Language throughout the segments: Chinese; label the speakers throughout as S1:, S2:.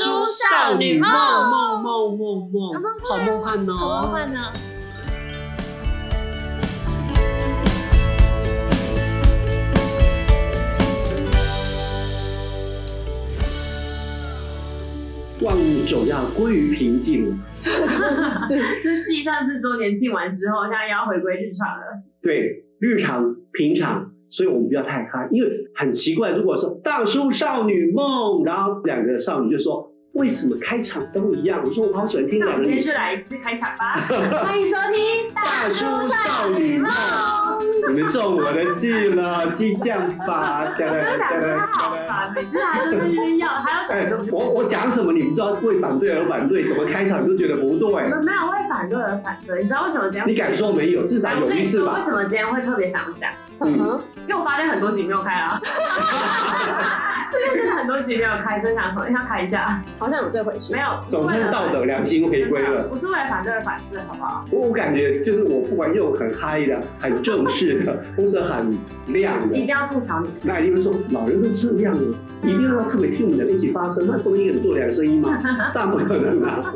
S1: 少女梦
S2: 梦
S1: 梦梦哦梦梦，好梦幻哦！
S2: 好梦幻呢。
S1: 万物总要归于平静。
S3: 就是计算这周年庆完之后，现在要回归日常了。
S1: 对，日常平常，所以我们不要太嗨，因为很奇怪。如果说大叔少女梦，然后两个少女就说为什么开场都一样？我说我好喜欢听
S3: 那我
S1: 两
S3: 们
S1: 个
S3: 今
S1: 女
S3: 天就来一次开 场吧。
S2: 欢迎收听《
S1: 大叔少女梦》， 你们中我的计了，激将法，哒
S3: 我
S1: 哒
S3: 就想
S1: 哒
S3: 说他好
S1: 哒哒。
S3: 烦，每次他都在那边要，他要
S1: 哎，我我讲什么你们都要为反对而反对，怎么开场都觉得不
S3: 我
S1: 对？
S3: 们没有为反对而反对，你知道为什么这样？
S1: 你敢说没有？至少
S3: 我
S1: 有
S3: 跟
S1: 一
S3: 你
S1: 次
S3: 说，为
S1: 吧
S3: 什。么今天会特别想讲？
S1: 嗯
S3: 因为我发现很多集没有开啊， 这个真的很多集没有开，真想说要开一下，
S2: 好像有这回事
S3: 没。有，
S1: 总算道德良心回归了。
S3: 不是为了反对而反对，好不好？
S1: 我我感觉就是我不管又很嗨的、很正式的，或者很亮
S3: 一定
S1: 的，
S3: 要吐槽你。
S1: 那一定会说老人会这样啊，一定要特别听我们的一起发声，那不能一个人做两声音 吗？但不可能啊！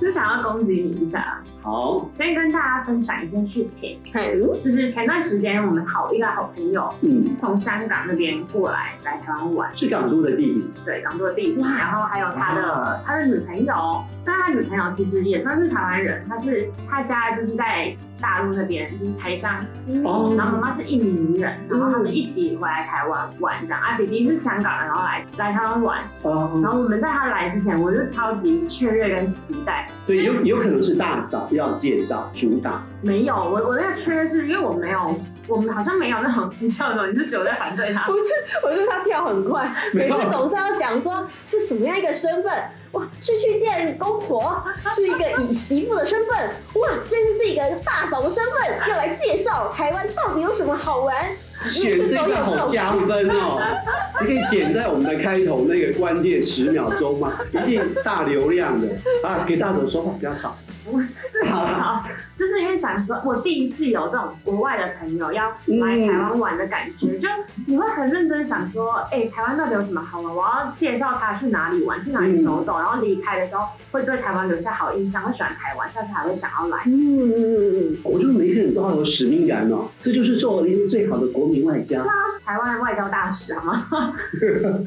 S3: 就想要攻击你一下，
S1: 好，
S3: 先跟大家分享一件事情，
S2: 嗯
S3: 就是前段时间我们好一个好朋友
S1: 嗯，
S3: 从香港那边过来来台湾玩，
S1: 是港都的弟弟，
S3: 对，当做弟弟，
S2: 哇
S3: 然后还有他
S1: 哇
S3: 的他的女朋友，但他女朋友其实也算是台湾人，他是他家就是在大陆那边，就是台商
S1: 哦
S3: 然后妈妈是印尼人，然后他们一起回来台湾玩，这样。啊，弟弟是香港人，然后来来台湾玩。
S1: 哦，
S3: 然后我们在他来之前，我就超级雀跃跟期待。
S1: 对，有有可能是大嫂要介绍主打，
S3: 没有，我我那个雀跃是因为我没有，我们好像没有那种你笑的，你是只有在反对他
S2: 不。是，我觉得他跳很快，
S1: 没
S2: 每
S1: 有
S2: 次总是要讲说是什么样一个身份，哇，是去见公 婆，是一个以媳妇的身份，哇，真是一个大嫂的身份，要来介绍台湾到底有什么好玩，
S1: 选这个好加分哦。你可以剪在我们的开头那个关键十秒钟吗？一定大流量的啊！给大嫂说话，不要吵。
S3: 不是，好不好？就是因为想说，我第一次有这种国外的朋友要来台湾玩的感觉，就你会很认真想说，哎、台湾到底有什么好玩？我要介绍他去哪里玩，去哪里走走，然后离开的时候会对台湾留下好印象，会喜欢台湾，下次还会想要来。
S2: 嗯，
S1: 我觉得每个人都要有使命感哦，这就是做人最好的国民外交。
S3: 台湾的外交大使好吗？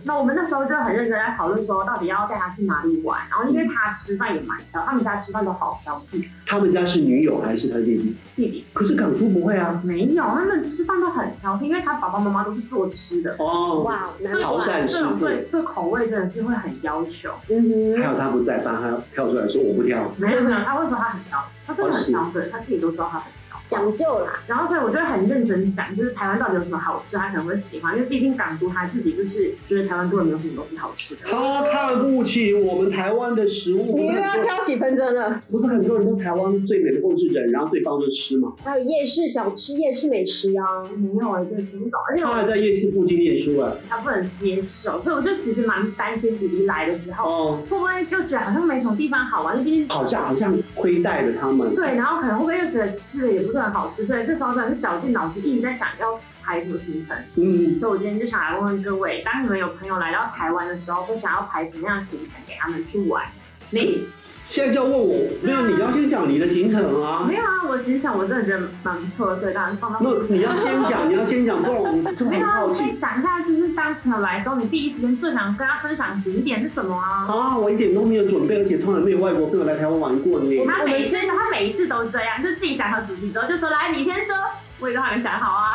S3: 那我们那时候就很认真在讨论说，到底要带他去哪里玩。然后因为他吃饭也蛮挑，他们家吃饭都好挑剔，
S1: 他们家是女友还是他弟弟？
S3: 弟弟
S1: 可是港都不会啊。
S3: 没有，他们吃饭都很挑剔，因为他爸爸妈妈都是做吃的。
S1: 哦，
S2: 哇，难
S1: 潮
S2: 怪，
S1: 汕
S3: 啊这
S1: 师
S3: 种
S1: 傅，
S3: 对对口味真的是会很要求。
S2: 嗯
S1: 还
S2: 哼，
S1: 好他不在，不然他跳出来说我不跳。
S3: 没有没有，他会说他很挑，他真的很挑，对他自己都知道他很挑。
S2: 讲究啦，
S3: 然后所以我就会很认真想，就是台湾到底有什么好吃，他可能会喜欢，因为毕竟港都他自己就是觉得台湾根本没有什么东西好吃的。
S1: 他看不起我们台湾的食物，
S2: 你
S1: 不
S2: 又
S1: 是很
S2: 要
S1: 多
S2: 挑起纷争了。
S1: 不是很多人都台湾最美的共是人，然后对方就吃嘛。
S2: 还有夜市小吃、夜市美食啊，
S3: 没有哎，真的吃不懂，而且
S1: 他还
S3: 我
S1: 在夜市附近念书啊。
S3: 他不能接受，所以我就其实蛮担心弟弟来的时候，
S1: 哦，
S3: 会不会就觉得好像没什么地方好玩，毕竟
S1: 好像好像亏待了他们。
S3: 对，然后可能会不会又觉得吃的也不是很好吃，所以这时候真的是绞尽脑汁一直在想要排什么行程。
S1: 嗯，
S3: 所以我今天就想来问问各位，当你们有朋友来到台湾的时候，会想要排什么样的行程给他们去玩？你
S1: 现在就要问我，没有，你要先讲你的行程啊
S3: 没。有啊？我行程我真的觉得蛮不错的，所以当然放到。
S1: 那你要先讲，你要先讲，不然我们就
S3: 没
S1: 很
S3: 有啊，
S1: 好
S3: 我
S1: 奇
S3: 可以。想一下，就是当朋友来的时候，你第一时间最想跟他分享景点是什么啊？
S1: 啊，我一点都没有准备，而且从来没有外国朋友来台湾玩过呢。
S3: 他每一次他每一次都这样，就自己想好主题之后就说来，你先说，我也都还没想好啊。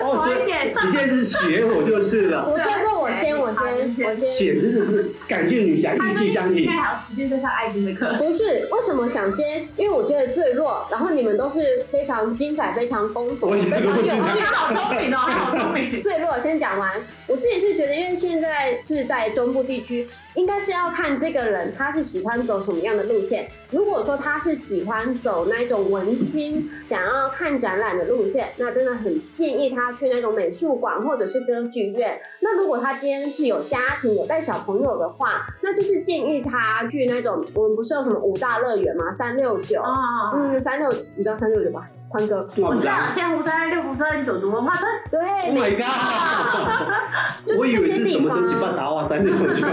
S1: 哦，所以
S3: 一点
S1: 你现在是学我就是了。
S2: 我觉得我
S1: 啊
S2: 先，我先，我先。
S1: 写真的是感谢女侠
S3: 他
S1: 意
S3: 就
S1: 气
S3: 是
S1: 相
S3: 应
S1: 挺
S3: 该，还要持续在上爱情的课。
S2: 不是，为什么想先？因为我觉得最弱，然后你们都是非常精彩、非常丰富、
S1: 我也
S2: 非
S1: 觉
S2: 常
S1: 得
S2: 有
S1: 我是
S2: 趣。
S3: 他好聪明哦，他好聪明。
S2: 最弱先讲完，我自己是觉得，因为现在是在中部地区，应该是要看这个人他是喜欢走什么样的路线。如果说他是喜欢走那种文青，想要看展览的路线，那真的很建议他去那种美术馆或者是歌剧院。那如果他今天是有家庭、有带小朋友的话，那就是建议他去那种我们不是有什么五大乐园吗？三六九。
S3: 哦，
S2: 嗯，三六，你知道三六九吧？欢哥，
S3: 我
S1: 我
S3: 知道千湖山、六福村、九族文化村，
S2: 对
S1: Oh
S2: 没
S1: my
S2: 错
S1: god！
S2: 就是
S1: 我以为是什么
S2: 这些
S1: 神
S2: 地
S1: 奇
S2: 方啊
S1: 八达哇、三六九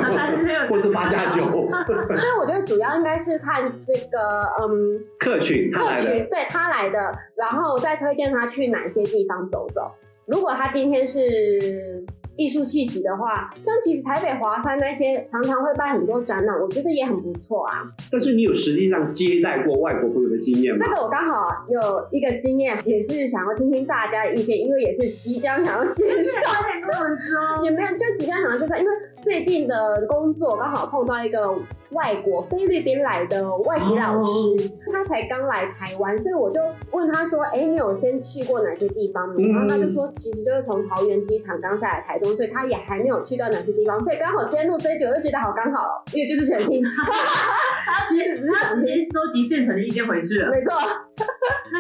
S1: 或是八加九
S2: 所以我觉得主要应该是看这个嗯
S1: 客群他
S2: 客
S1: 来了，
S2: 群对他来的，然后再推荐他去哪些地方走走。如果他今天是艺术气息的话，像其实台北华山那些常常会办很多展览，我觉得也很不错啊。
S1: 但是你有实际上接待过外国朋友的经验吗
S2: 这？个我刚好有一个经验，也是想要听听大家的意见，因为也是即将想要介绍。
S3: 快点跟我 们说。
S2: 也没有，就即将想要介绍，因为最近的工作刚好碰到一个外国菲律宾来的外籍老师，
S1: 哦
S2: 他才刚来台湾，所以我就问他说：“哎、你有先去过哪些地方吗？”
S1: 嗯
S2: 然后他就说，其实就是从桃园机场刚下来台中，所以他也还没有去到哪些地方，所以刚好今天录这一集，我就觉得好刚好哦，因为就是全新，
S3: 他
S2: 其实只是
S3: 他
S2: 想
S3: 直
S2: 听，
S3: 接收集现成的意见回去了，
S2: 没错，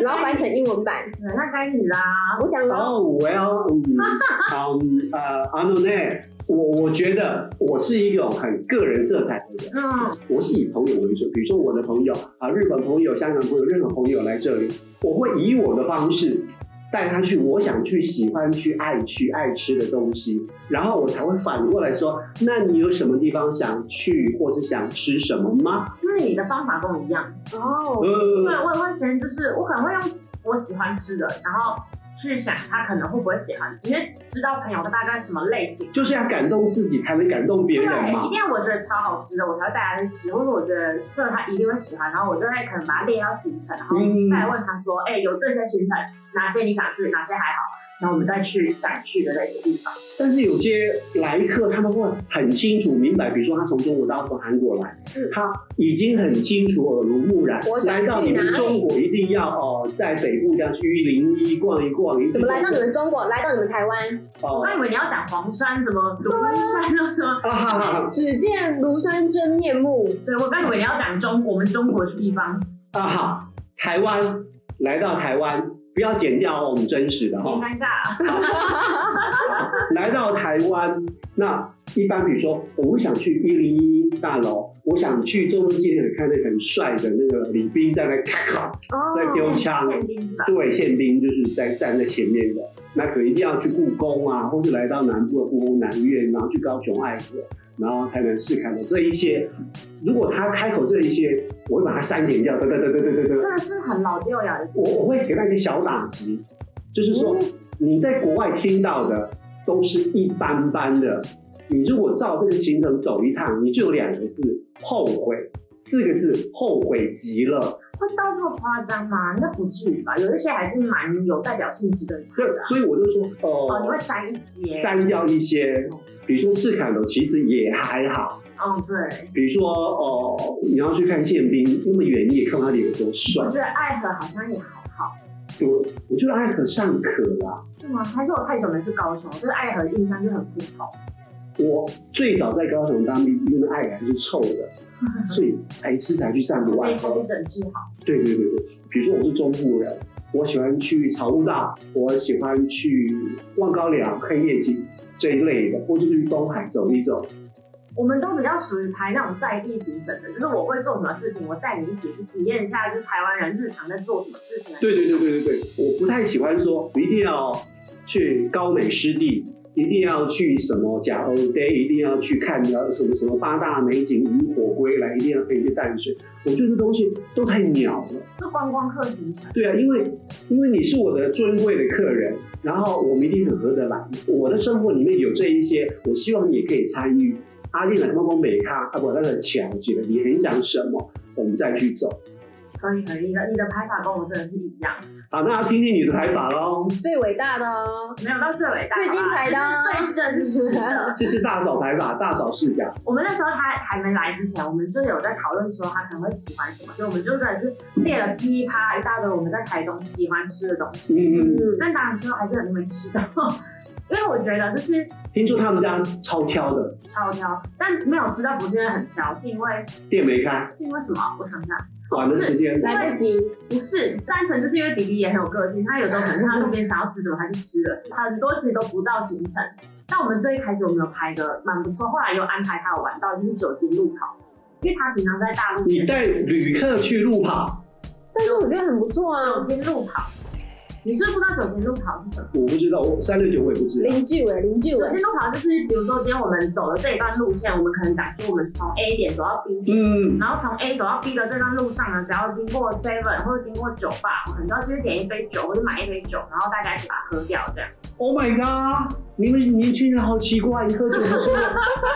S2: 然后翻成英文版，
S3: 那该你啦。
S2: 我讲了。
S1: 哦、oh,，Well，嗯， 好，嗯呃，阿诺内，我我觉得我是一种很个人色彩的人，
S3: 嗯，
S1: 我是以朋友为主，比如说我的朋友啊，日本朋友、香港朋友、任何朋友来这里，我会以我的方式带他去我想去、喜欢去、爱去、爱吃的东西，然后我才会反过来说，那你有什么地方想去，或是想吃什么吗？
S3: 因为你的方法跟我一样，
S2: 哦，
S3: 对，
S1: 呃，
S3: 我也会先就是我可能会用我喜欢吃的，然后去想他可能会不会喜欢，因为知道朋友大概什么类型。
S1: 就是要感动自己，才能感动别人
S3: 对，一
S1: 嘛。
S3: 定要我觉得超好吃的，我才会带他去吃，或者我觉得这个他一定会喜欢，然后我就会可能把它列到行程，然后
S1: 嗯
S3: 再问他说，哎、有这些行程，哪些你想去，哪些还好，然后我们再去想去的那些地方。
S1: 但是有些来客他们会很清楚明白，比如说他从中国大陆、从韩国来，
S2: 嗯
S1: 他已经很清楚耳濡目染
S2: 我，想
S1: 来到你
S2: 去哪
S1: 们
S2: 里
S1: 中国一定要哦，在北部这样去玉林一逛一逛，一直
S2: 怎么来到
S1: 走
S2: 你们中国，来到你们台湾？
S1: 哦
S3: 我还以为你要讲黄山什么龙山啊什么，
S1: 啊哈哈
S2: 只见庐山真面目，
S3: 对我刚以为你要讲中国，我们中国的地方，
S1: 啊哈，台湾来到台湾，不要剪掉哦，我们真实的
S3: 好
S1: 哈、
S3: 尴尬。
S1: 来到台湾，那一般比如说，我想去一零一大楼，我想去中正纪念馆看那个很帅的那个李斌在那咔咔。
S2: 哦，
S1: 在丢枪，
S3: 现啊金是吧？
S1: 对，宪兵就是在站在前面的，那可能一定要去故宫啊，或是来到南部的故宫南院，然后去高雄爱河，然后台南市开口这一些，如果他开口这一些，我会把它删减掉，对对对对对对对，
S3: 真的是很老掉牙的事。
S1: 我我会给他一个小打击，就是说
S3: 嗯
S1: 你在国外听到的都是一般般的，你如果照这个行程走一趟，你就有两个字后悔，四个字后悔极了。
S3: 会到这么夸张吗？应该不至于吧？有一些还是蛮有代表性质的。啊
S1: 对，所以我就说，
S3: 哦，你会删一些。
S1: 删掉一些，比如说赤坎楼其实也还好，
S3: 哦，对。
S1: 比如说哦，你要去看宪兵那么远，你也看不到他脸有多帅
S3: 我，觉得爱河好像也还好，
S1: 对，我觉得爱可尚可啊啦。
S3: 是吗？还是我太久没去高雄，对爱河的印象就很普通。
S1: 我最早在高雄当兵，因为爱还是臭的，所以白吃才去散步
S3: 所
S1: 爱
S3: 以才去
S1: 河。
S3: 整治好。
S1: 对对对对，比如说我是中部人，我喜欢去草悟道，我喜欢去望高寮看夜景这一类的，或者去东海走一走。
S3: 我们都比较属于排那种在地行程的，就是我会做什么事情，我带你一起去体验一下，就是台湾人日常在做什么事情。
S1: 对对对对对对，我不太喜欢说一定要去高美湿地，一定要去什么假欧 day，一定要去看呃什么什么八大美景渔火归来，一定要陪去淡水。我觉得这东西都太鸟了。
S3: 就观光客行程。
S1: 对啊，因为因为你是我的尊贵的客人，然后我们一定很合得来。我的生活里面有这一些，我希望你也可以参与。阿丽来帮帮美咖啊，不，那个巧姐，你很想什么，我们再去走。
S3: 可以可以，你的你的排法跟我真的是一样，
S1: 好，那要听听你的排法喽。
S2: 最伟大的哦，
S3: 没有到最伟大，
S2: 最精彩的哦
S3: 好吧就是最真实的。
S1: 这是大嫂排法，大嫂视角。
S3: 我们那时候他还没来之前，我们就有在讨论说他可能会喜欢什么，所以我们就真的是列了噼啪一大堆我们在台东喜欢吃的东西。
S1: 嗯，
S2: 嗯，
S3: 但当然之后还是很多没吃到， 因为我觉得就是
S1: 听说他们家超挑的，
S3: 超挑，但没有吃到不是因为很挑，是因为
S1: 店没开，
S3: 是因为什么？我想想，
S1: 晚的时间。
S2: 来不及，
S3: 不是，单纯就是因为弟弟也很有个性，他有时候可能他路边想要吃什么他就吃了，很多其实都不照行程。但我们最一开始我们有排的蛮不错，后来又安排他有玩到就是酒精路跑，因为他平常在大陆
S1: 你带旅客去路跑，
S2: 但是我觉得很不错
S3: 酒
S2: 啊，
S3: 精路跑，你是不是不知道九天路跑是什么？
S1: 我不知道，我三六九我也不知道。
S2: 林志伟，林志
S3: 九
S2: 伟，
S3: 天路跑就是，比如说今天我们走的这一段路线，我们可能打出我们从 A 点走到 B 点，
S1: 嗯，
S3: 然后从 A 走到 B 的这段路上呢，只要经过 Seven 或者经过酒吧，我们都要就是点一杯酒或者买一杯酒，然后大家一起把它喝掉这样。
S1: Oh my god！你们年轻人好奇怪，你喝酒不是会，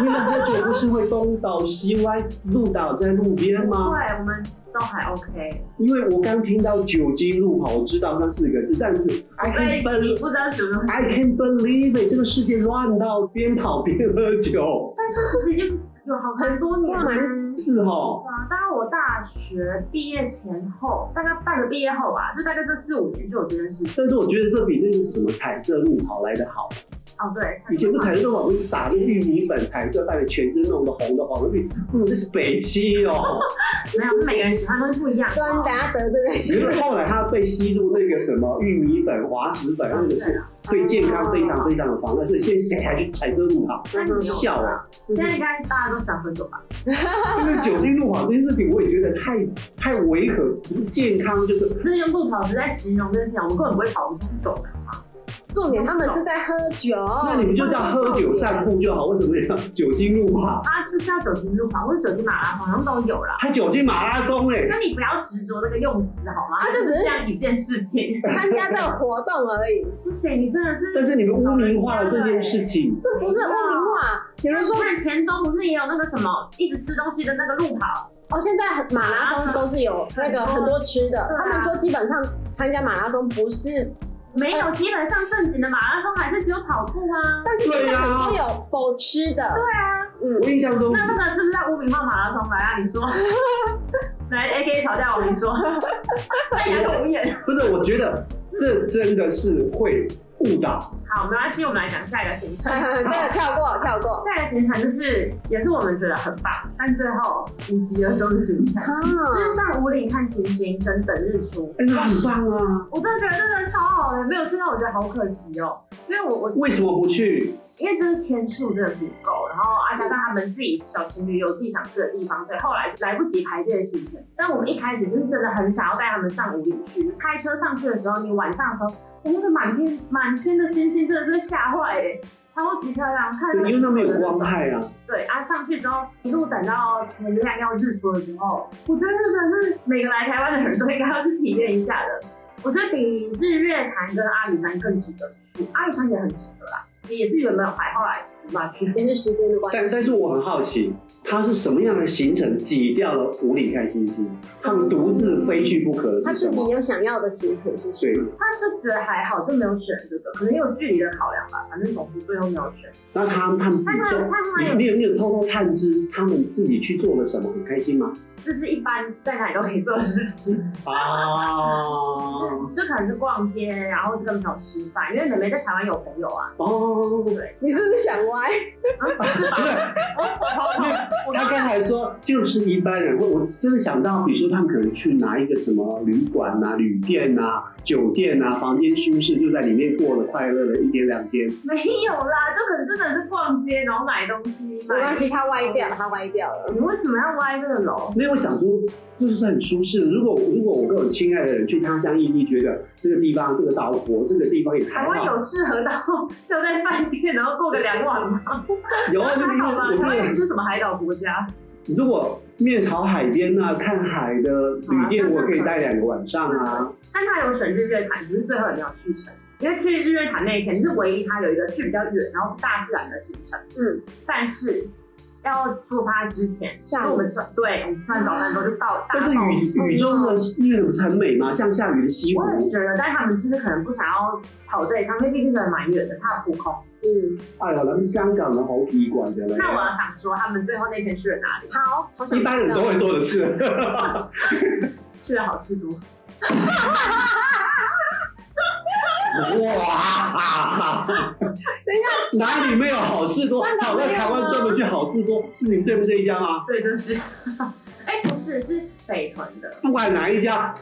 S1: 你们喝酒不是会东倒西歪、路倒在路边吗？
S3: 对，我们都还 OK。
S1: 因为我刚听到酒精路跑，我知道那四个字，但是 I
S3: 在
S1: can
S3: 一
S1: believe
S3: 起不知道什么东西，
S1: I can believe it，这个世界乱到边跑边喝酒，
S3: 但是其实就有好很多年了。
S1: 是哦，
S3: 啊，大概我大学毕业前后，大概半个毕业后吧，就大概这四五年就有这件事情。
S1: 但是我觉得这比那个什么彩色路跑来的好。
S3: 哦，对，
S1: 以前不是彩色路跑，会撒那个玉米粉，彩色把你全身弄得红的黄的，嗯，这是北七哦。
S3: 没有，每个人喜欢的东西不一样。哦
S2: 不然等下得罪那
S1: 可
S2: 些
S1: 是
S2: 人。
S1: 后来它被吸入那个什么玉米粉、滑石粉，那个是对健康非常非常有妨碍，所以现在谁还去彩色路跑？
S3: 那你有
S1: 笑啊！
S3: 现在应该大家都想喝酒吧？
S1: 因为酒精路跑这件事情，我也觉得太太违和，不是健康就是
S3: 这是用路跑是在形容这件事情，我们根本不会跑，我们就是走的嘛。
S2: 重点他们是在喝酒，
S1: 那你们就叫喝酒散步就好，为什么要酒精路跑？
S3: 它啊是叫酒精路跑或者酒精马拉松，好像都有啦。
S1: 还酒精马拉松欸嘞、
S3: 那你不要执着这个用词好吗？
S2: 它就只是
S3: 这样一件事情。
S2: 参加这个活动而已，
S3: 不行，你真的是。
S1: 但是你们污名化了这件事情，
S2: 这不是污名化。有人说
S3: 你看田中不是也有那个什么一直吃东西的那个路跑？
S2: 哦，现在马拉松都是有那个很多吃的，
S3: 对啊
S2: 他们说基本上参加马拉松不是，
S3: 没有，基本上正经的马拉松还是只有跑步啊。
S2: 但是现
S1: 对
S2: 在
S1: 啊
S2: 很多有否吃的，
S3: 对啊，
S2: 嗯，
S1: 我印象中
S3: 那这个是不是在污名化马拉松？来啊，你说。来，A K 吵架我， 你说。大家都无言。
S1: 不是，我觉得这真的是会误导。
S3: 好，没关系，我们来讲下一个行程。
S2: 对，啊跳过跳过，
S3: 下一个行程就是也是我们觉得很棒，但最后无疾而终的行程，
S2: 啊，
S3: 就是上五岭看星星跟等日出。
S1: 哎、那很棒
S3: 嗯
S1: 啊！
S3: 我真的觉得真的超好的，没有去到我觉得好可惜哦、因为我我
S1: 为什么不去？
S3: 因为真的天数真的不够，然后啊加上他们自己小情侣有自己想去的地方，所以后来来不及排这些行程。但我们一开始就是真的很想要带他们上五里去，开车上去的时候，你晚上的时候，我那个满天满天的星星真的是会吓坏哎，超级漂亮，看
S1: 对，因为那没有光。害啊。
S3: 对啊，上去之后一路等到天亮要日出的时候，我觉得这真的是每个来台湾的人都应该要去体验一下的。我觉得比日月潭跟阿里山更值得去，阿里山也很值得啦，也是原本有排后来没办法去。
S2: 也是时间的关系。
S1: 但但是我很好奇，他是什么样的行程挤掉了五里看星星？他们独自飞去不可
S2: 他
S1: 的是
S2: 自
S1: 什
S2: 己
S1: 么？
S2: 有想要的行程，是不是？
S1: 对，
S3: 他就觉得还好，就没有选这个，可能有距离的考量吧，反正总之最后没有选。
S1: 那他们他们自
S3: 但
S1: 己
S3: 他
S1: 做，
S3: 但他
S1: 你
S3: 有
S1: 你有你有偷偷探知他们自己去做了什么，很开心吗？
S3: 就是一般在哪里都可以做的事情，
S1: 啊，
S3: 就可能是逛街，然后跟朋友吃饭，因为妹妹在台湾有朋友啊，
S1: 哦，
S2: 你是不是想歪？
S3: 是吧
S1: 不？是，
S3: 我
S1: 他
S3: 刚
S1: 刚才说就是一般人，我我真的想到，比如说他们可能去拿一个什么旅馆啊、旅店啊、酒店啊，房间舒适，就在里面过了快乐的一天两天。
S3: 没有啦，就可能真的是逛街，然后买东西。
S2: 没关系，
S3: 买
S2: 他歪掉，。他歪掉了。
S3: 你为什么要歪这个楼？
S1: 没有我想说，就是很舒适。如果如果我跟我亲爱的人去他乡异地，觉得这个地方这个岛国这个地方也
S3: 台
S1: 还
S3: 湾
S1: 好，
S3: 有适合到 就在饭店，然后过个两晚吗？
S1: 有 啊，就是
S3: 还好吧，
S1: 我
S3: 台湾也
S1: 觉
S3: 不是什么海岛国家。
S1: 得如果面朝海边啊，看海的旅店，我可以待两个晚上啊。
S3: 但他有选日月潭，只是最后也没有去成。因为去日月潭那一天是唯一他有一个去比较远，然后是大自然的行程。
S2: 嗯，
S3: 但是要出发之前，
S2: 下
S3: 就
S2: 午
S3: 我们吃完对，我们吃完早餐之后就到哎大啊
S1: 但是
S3: 暴
S1: 雨雨中的夜不是很美吗？像下雨的西湖
S3: 我也觉得，但他们就是可能不想要跑这一趟，因为毕竟真的蛮远的，怕扑空。
S2: 嗯，
S1: 哎呀，咱们香港的好体馆的嘞，
S3: 那
S2: 啊
S3: 我要想说，他们最后那天去了哪里？
S2: 好，好想
S1: 一般人都会做的事。
S3: 去了好吃多。
S1: 哇！
S2: 等一下，
S1: 哪里没有好事多？
S2: 香
S1: 跑
S2: 港没有
S1: 到
S2: 啊吗
S1: 台湾专门去好事多，是你们对不对一家啊吗？
S3: 对，就是。 哎、不是，是北屯的。
S1: 不管哪一家，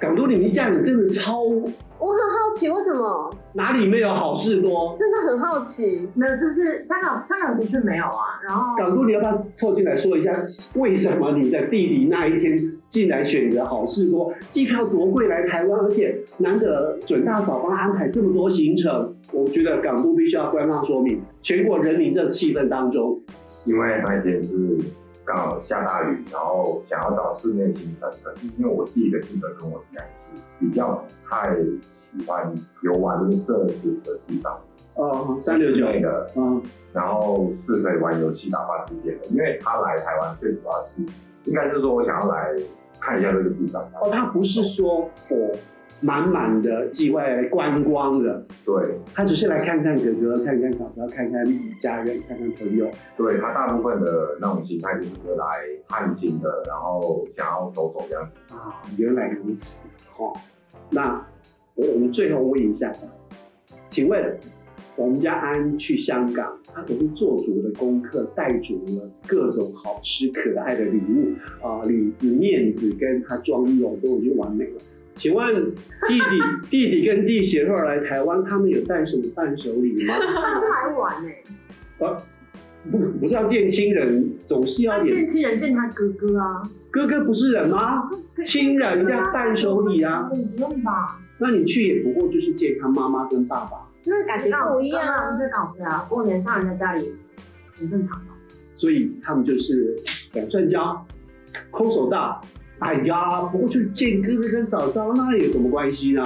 S1: 港都里面一家，你真的超
S2: 我很好奇为什么，
S1: 哪里没有好事多？
S2: 真的很好奇。
S3: 没有，就是香港，香港的确没有啊。然后
S1: 港都，你要不要凑进来说一下，为什么你的弟弟那一天竟然选择好事多，机票多贵来台湾，而且难得准大嫂帮他安排这么多行程，我觉得港都必须要官方说明，全国人民这气氛当中，
S4: 因为那一天是刚好下大雨，然后想要找室内行程，可是因为我弟的性格跟我一样，就是比较不太喜欢游玩跟设置的地方，
S1: 呃，三六九
S4: 室，内的，
S1: 嗯，
S4: 然后是可以玩游戏打发时间的。因为他来台湾最主要是，应该是说我想要来看一下这个地方，
S1: 哦，他不是说我满满的计划来观光的，
S4: 对，
S1: 他只是来看看哥哥，看看嫂嫂，看看家人，看看朋友。
S4: 对他大部分的那种形态就是来探亲的，然后想要走走这样子。
S1: 啊，原来如此哦。那我我们最后问一下，请问我们家安去香港，他可是做足了功课，带足了各种好吃可爱的礼物啊、李子、面子跟他妆容都已经完美了。请问弟弟、弟弟跟弟媳妇儿来台湾，他们有带什么伴手礼吗？
S3: 他们还玩呢、
S1: 不，不是要见亲人，总是要
S3: 他
S1: 点
S3: 见亲人见他哥哥啊，
S1: 哥哥不是人吗？亲人要伴手礼啊
S3: 不用吧？
S1: 那你去也不过就是见他妈妈跟爸爸。
S2: 那感觉不一样啊。
S3: 这搞不了。过年上人家家里很正常吧？
S1: 所以他们就是两串交，空手道。哎呀，不过去见哥哥跟嫂嫂，那有什么关系呢？